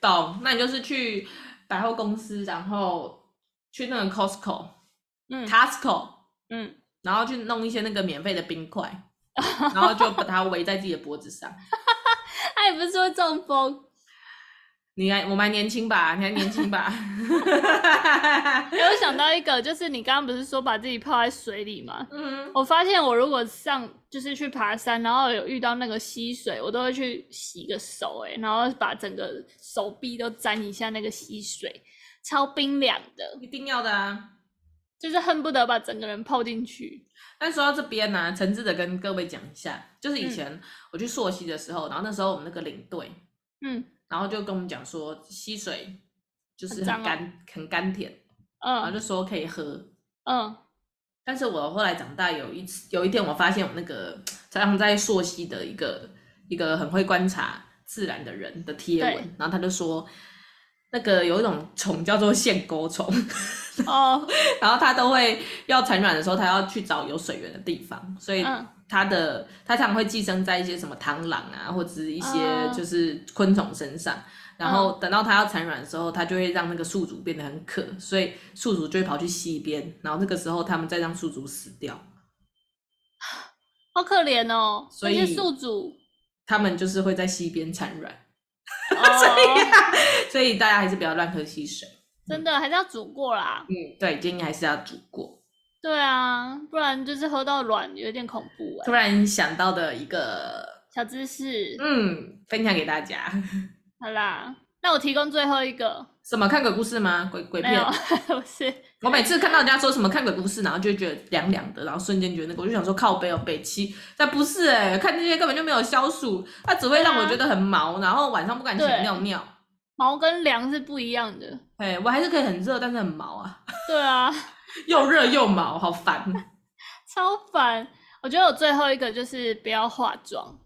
[SPEAKER 1] 懂，那你就是去百货公司，然后去那个 Costco、
[SPEAKER 2] 嗯
[SPEAKER 1] Costco，
[SPEAKER 2] 嗯，
[SPEAKER 1] 然后去弄一些那个免费的冰块， 然后就把它围在自己的脖子上。
[SPEAKER 2] 他也不是会中风，
[SPEAKER 1] 你还我们还年轻吧？你还年轻 吧？
[SPEAKER 2] 哎我想到一个，就是你刚刚不是说把自己泡在水里吗？
[SPEAKER 1] 嗯，
[SPEAKER 2] 我发现我如果上就是去爬山，然后有遇到那个溪水，我都会去洗个手、欸，然后把整个手臂都沾一下那个溪水，超冰凉的，
[SPEAKER 1] 一定要的啊。
[SPEAKER 2] 就是恨不得把整个人泡进去。
[SPEAKER 1] 但说到这边呢、啊诚挚的跟各位讲一下，就是以前我去溯溪的时候，然后那时候我们那个领队，
[SPEAKER 2] 嗯
[SPEAKER 1] 然后就跟我们讲说，溪水就是
[SPEAKER 2] 很脏
[SPEAKER 1] 很
[SPEAKER 2] 哦
[SPEAKER 1] 甘、很甘甜，然后
[SPEAKER 2] 嗯
[SPEAKER 1] 啊就说可以喝。
[SPEAKER 2] 嗯
[SPEAKER 1] 但是我后来长大有一次，有一天我发现我那个常常在溯溪的一个一个很会观察自然的人的贴
[SPEAKER 2] 对
[SPEAKER 1] 文，然后他就说，那个有一种虫叫做线钩虫，
[SPEAKER 2] 哦
[SPEAKER 1] 然后他都会要产卵的时候，他要去找有水源的地方，所以
[SPEAKER 2] 嗯
[SPEAKER 1] 他的、他常常会寄生在一些什么螳螂啊，或者是一些
[SPEAKER 2] 嗯
[SPEAKER 1] 就是昆虫身上。然后等到它要产卵的时候，它就会让那个宿主变得很渴，所以宿主就会跑去溪边，然后那个时候他们再让宿主死掉，
[SPEAKER 2] 好可怜哦，
[SPEAKER 1] 所
[SPEAKER 2] 那
[SPEAKER 1] 以
[SPEAKER 2] 些宿 主。
[SPEAKER 1] 他们就是会在溪边产卵，
[SPEAKER 2] 哦，
[SPEAKER 1] 啊所以大家还是不要乱喝溪水。
[SPEAKER 2] 真的还是要煮过啦。
[SPEAKER 1] 嗯，对，建议还是要煮过。
[SPEAKER 2] 对啊，不然就是喝到软有点恐怖哎、
[SPEAKER 1] 突然想到的一个，
[SPEAKER 2] 小知识，
[SPEAKER 1] 嗯，分享给大家。
[SPEAKER 2] 好啦，那我提供最后一个，
[SPEAKER 1] 什么看鬼故事吗？鬼鬼
[SPEAKER 2] 没
[SPEAKER 1] 片
[SPEAKER 2] 有？， 不是。
[SPEAKER 1] 我每次看到人家说什么看鬼故事，然后就觉得凉凉的，然后瞬间觉得那个，我就想说靠背哦，北七，但不是哎、看这些根本就没有消暑，它只会让
[SPEAKER 2] 对啊
[SPEAKER 1] 我觉得很毛，然后晚上不敢
[SPEAKER 2] 对
[SPEAKER 1] 想尿尿。
[SPEAKER 2] 毛跟凉是不一样的。
[SPEAKER 1] 哎、我还是可以很热，但是很毛啊，
[SPEAKER 2] 对啊，
[SPEAKER 1] 又热又毛，好烦。
[SPEAKER 2] 超烦。我觉得我最后一个就是不要化妆，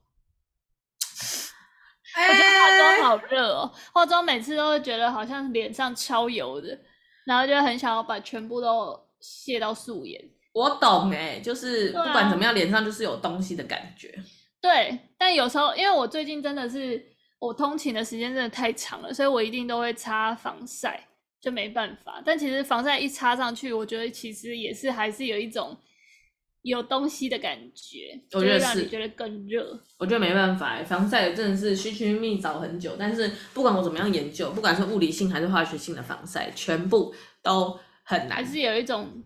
[SPEAKER 2] 哎我觉得化妆好热哦，化妆每次都会觉得好像脸上超油的，然后就很想要把全部都卸到素颜。
[SPEAKER 1] 我懂哎、就是
[SPEAKER 2] 对啊
[SPEAKER 1] 不管怎么样，脸上就是有东西的感觉。
[SPEAKER 2] 对，但有时候因为我最近真的是我通勤的时间真的太长了，所以我一定都会擦防晒，就没办法。但其实防晒一擦上去，我觉得其实也是还是有一种有东西的感觉，
[SPEAKER 1] 我
[SPEAKER 2] 就
[SPEAKER 1] 觉得
[SPEAKER 2] 会让你
[SPEAKER 1] 是
[SPEAKER 2] 觉得更热。
[SPEAKER 1] 我觉得没办法、欸，防晒真的是寻寻觅找很久，但是不管我怎么样研究，不管是物理性还是化学性的防晒，全部都很难
[SPEAKER 2] 还是有一种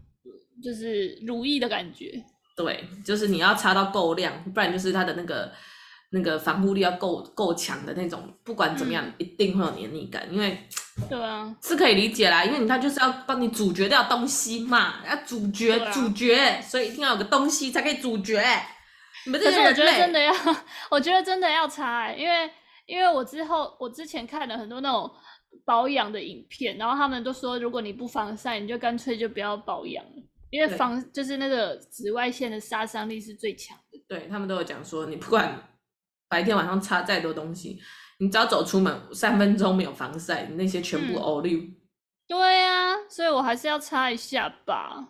[SPEAKER 2] 就是如意的感觉。
[SPEAKER 1] 对，就是你要擦到够量，不然就是它的那个那个防护力要够够强的那种，不管怎么
[SPEAKER 2] 嗯
[SPEAKER 1] 样，一定会有黏腻感，因为
[SPEAKER 2] 对啊，
[SPEAKER 1] 是可以理解啦，因为你它就是要帮你阻绝掉东西嘛，要阻绝、
[SPEAKER 2] 对啊
[SPEAKER 1] 阻绝，所以一定要有个东西才可以阻绝。你们这
[SPEAKER 2] 可是
[SPEAKER 1] 些
[SPEAKER 2] 我
[SPEAKER 1] 人
[SPEAKER 2] 觉得
[SPEAKER 1] 类
[SPEAKER 2] 真的要， 我觉得真的要擦、欸，因为因为我之后我之前看了很多那种保养的影片，然后他们都说，如果你不防晒，你就干脆就不要保养了，因为
[SPEAKER 1] 对
[SPEAKER 2] 防就是那个紫外线的杀伤力是最强的。
[SPEAKER 1] 对他们都有讲说，你不管白天晚上擦再多东西，你只要走出门三分钟没有防晒，你那些全部
[SPEAKER 2] 嗯
[SPEAKER 1] 欧绿。
[SPEAKER 2] 对啊，所以我还是要擦一下吧。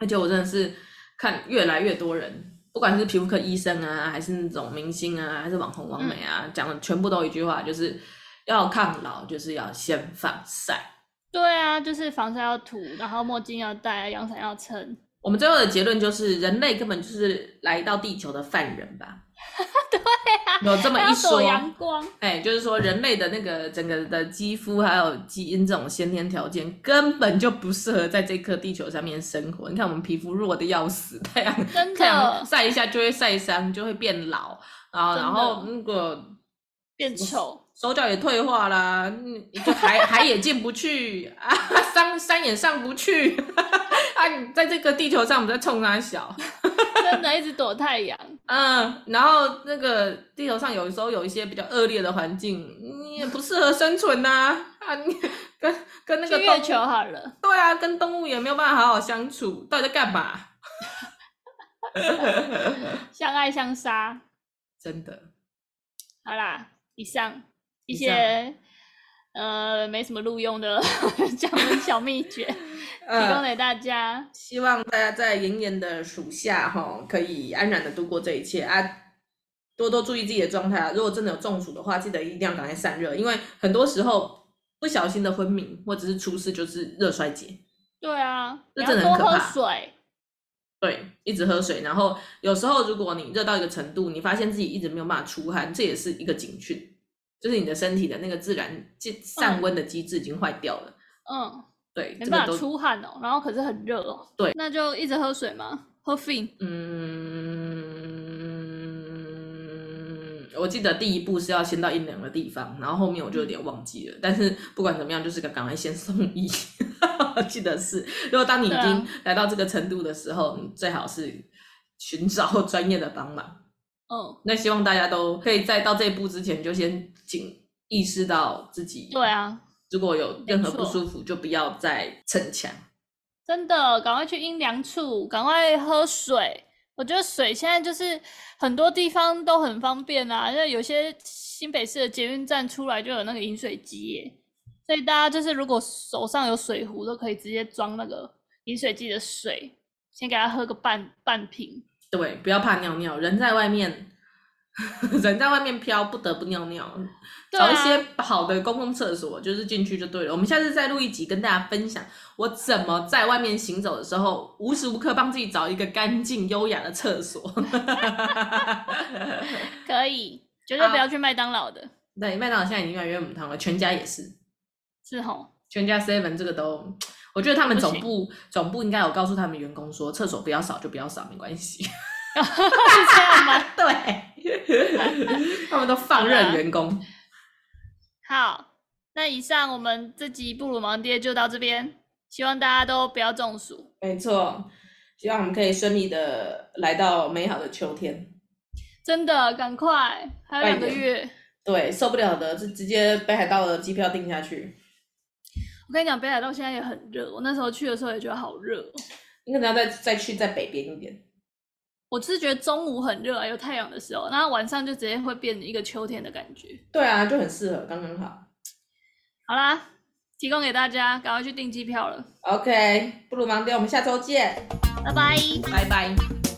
[SPEAKER 1] 而且我真的是看越来越多人，不管是皮肤科医生啊，还是那种明星啊，还是网红
[SPEAKER 2] 嗯
[SPEAKER 1] 网美啊，讲的全部都一句话，就是要抗老，就是要先防晒。
[SPEAKER 2] 对啊，就是防晒要涂，然后墨镜要戴，阳伞要撑。
[SPEAKER 1] 我们最后的结论就是，人类根本就是来到地球的犯人吧？ 对啊，有这么
[SPEAKER 2] 还
[SPEAKER 1] 一
[SPEAKER 2] 要
[SPEAKER 1] 说
[SPEAKER 2] 躲。阳光，
[SPEAKER 1] 哎、就是说人类的那个整个的肌肤还有基因这种先天条件，根本就不适合在这颗地球上面生活。你看我们皮肤弱的要死，太阳
[SPEAKER 2] 真
[SPEAKER 1] 太阳
[SPEAKER 2] 的
[SPEAKER 1] 晒一下就会晒伤，就会变老啊，
[SPEAKER 2] 真的
[SPEAKER 1] 然后那个
[SPEAKER 2] 变丑。
[SPEAKER 1] 手脚也退化啦，嗯你就海海也进不去啊， 山山也上不去 啊，你在这个地球上，我们在冲它小，
[SPEAKER 2] 真的一直躲 太阳，
[SPEAKER 1] 嗯，然后那个地球上有时候有一些比较恶劣的环境，你也不适合生存呐、啊，你跟跟那
[SPEAKER 2] 去
[SPEAKER 1] 个
[SPEAKER 2] 月
[SPEAKER 1] 动
[SPEAKER 2] 球好了。
[SPEAKER 1] 对啊，跟动物也没有办法好好相处，到底在干嘛？
[SPEAKER 2] 相爱相杀。
[SPEAKER 1] 真的。
[SPEAKER 2] 好啦，以上一
[SPEAKER 1] 以
[SPEAKER 2] 些呃没什么录用的 讲文小 秘诀，提供
[SPEAKER 1] 呃，
[SPEAKER 2] 给大家。
[SPEAKER 1] 希望大家在炎炎的暑夏哈，可以安然的度过这一切啊。多多注意自己的状态啊！如果真的有中暑的话，记得一定要赶快散热，因为很多时候不小心的昏迷或者是出事就是热衰竭。
[SPEAKER 2] 对啊，
[SPEAKER 1] 这
[SPEAKER 2] 你要
[SPEAKER 1] 真的很
[SPEAKER 2] 多
[SPEAKER 1] 可
[SPEAKER 2] 喝
[SPEAKER 1] 怕
[SPEAKER 2] 水。
[SPEAKER 1] 对，一直喝水，然后有时候如果你热到一个程度，你发现自己一直没有办法出汗，这也是一个警讯，就是你的身体的那个自然机散温的机制已经坏掉了。
[SPEAKER 2] 嗯，
[SPEAKER 1] 对，
[SPEAKER 2] 没
[SPEAKER 1] 这
[SPEAKER 2] 办
[SPEAKER 1] 个
[SPEAKER 2] 法
[SPEAKER 1] 都
[SPEAKER 2] 出汗哦，然后可是很热哦。
[SPEAKER 1] 对，
[SPEAKER 2] 那就一直喝水嘛，喝 fin。
[SPEAKER 1] 嗯，我记得第一步是要先到阴凉的地方，然后后面我就有点忘记了。但是不管怎么样，就是赶赶快先送医， 记得是。如果当你已
[SPEAKER 2] 对啊
[SPEAKER 1] 经来到这个程度的时候，你最好是寻找专业的帮忙。
[SPEAKER 2] 嗯，
[SPEAKER 1] 那希望大家都可以在到这一步之前就先警意识到自己，
[SPEAKER 2] 对，啊，
[SPEAKER 1] 如果有任何
[SPEAKER 2] 没
[SPEAKER 1] 不
[SPEAKER 2] 错
[SPEAKER 1] 舒服，就不要再逞强。
[SPEAKER 2] 真的，赶快去阴凉处，赶快喝水。我觉得水现在就是很多地方都很方便啊，因为有些新北市的捷运站出来就有那个饮水机耶，所以大家就是如果手上有水壶，都可以直接装那个饮水机的水，先给它喝个半半瓶。
[SPEAKER 1] 对，不要怕尿尿，人在外面， 人在外面飘，不得不尿尿。
[SPEAKER 2] 对
[SPEAKER 1] 找
[SPEAKER 2] 啊
[SPEAKER 1] 一些好的公共厕所，就是进去就对了。我们下次再录一集，跟大家分享我怎么在外面行走的时候，无时无刻帮自己找一个干净优雅的厕所。
[SPEAKER 2] 可以，绝对不
[SPEAKER 1] 好
[SPEAKER 2] 要去麦当劳的，
[SPEAKER 1] 对，麦当劳现在已经越来越母汤了，全家也是。
[SPEAKER 2] 是吼。
[SPEAKER 1] 全家 seven 这个都，我觉得他们
[SPEAKER 2] 不
[SPEAKER 1] 总
[SPEAKER 2] 行
[SPEAKER 1] 部总部应该有告诉他们员工说，厕所不要扫就不要扫，没关 系。
[SPEAKER 2] 是这样吗？
[SPEAKER 1] 对，他们都放任员工。
[SPEAKER 2] 好，那以上我们这集布鲁盲爹就到这边，希望大家都不要中暑。
[SPEAKER 1] 没错，希望我们可以顺利的来到美好的秋天。
[SPEAKER 2] 真的，赶快，还有
[SPEAKER 1] 快
[SPEAKER 2] 两个
[SPEAKER 1] 点
[SPEAKER 2] 月。
[SPEAKER 1] 对，受不了的是直接北海道的机票订下去，
[SPEAKER 2] 我跟你讲，北海道现在也很热，我那时候去的时候也觉得好热哦。
[SPEAKER 1] 你可能要再再去再北边一点。
[SPEAKER 2] 我是觉得中午很热啊，有太阳的时候，然后晚上就直接会变成一个秋天的感觉。
[SPEAKER 1] 对啊，就很适合，刚刚好。
[SPEAKER 2] 好啦，提供给大家，赶快去订机票了，
[SPEAKER 1] OK，不如忙掉，我们下周见，
[SPEAKER 2] 拜拜。
[SPEAKER 1] 拜拜。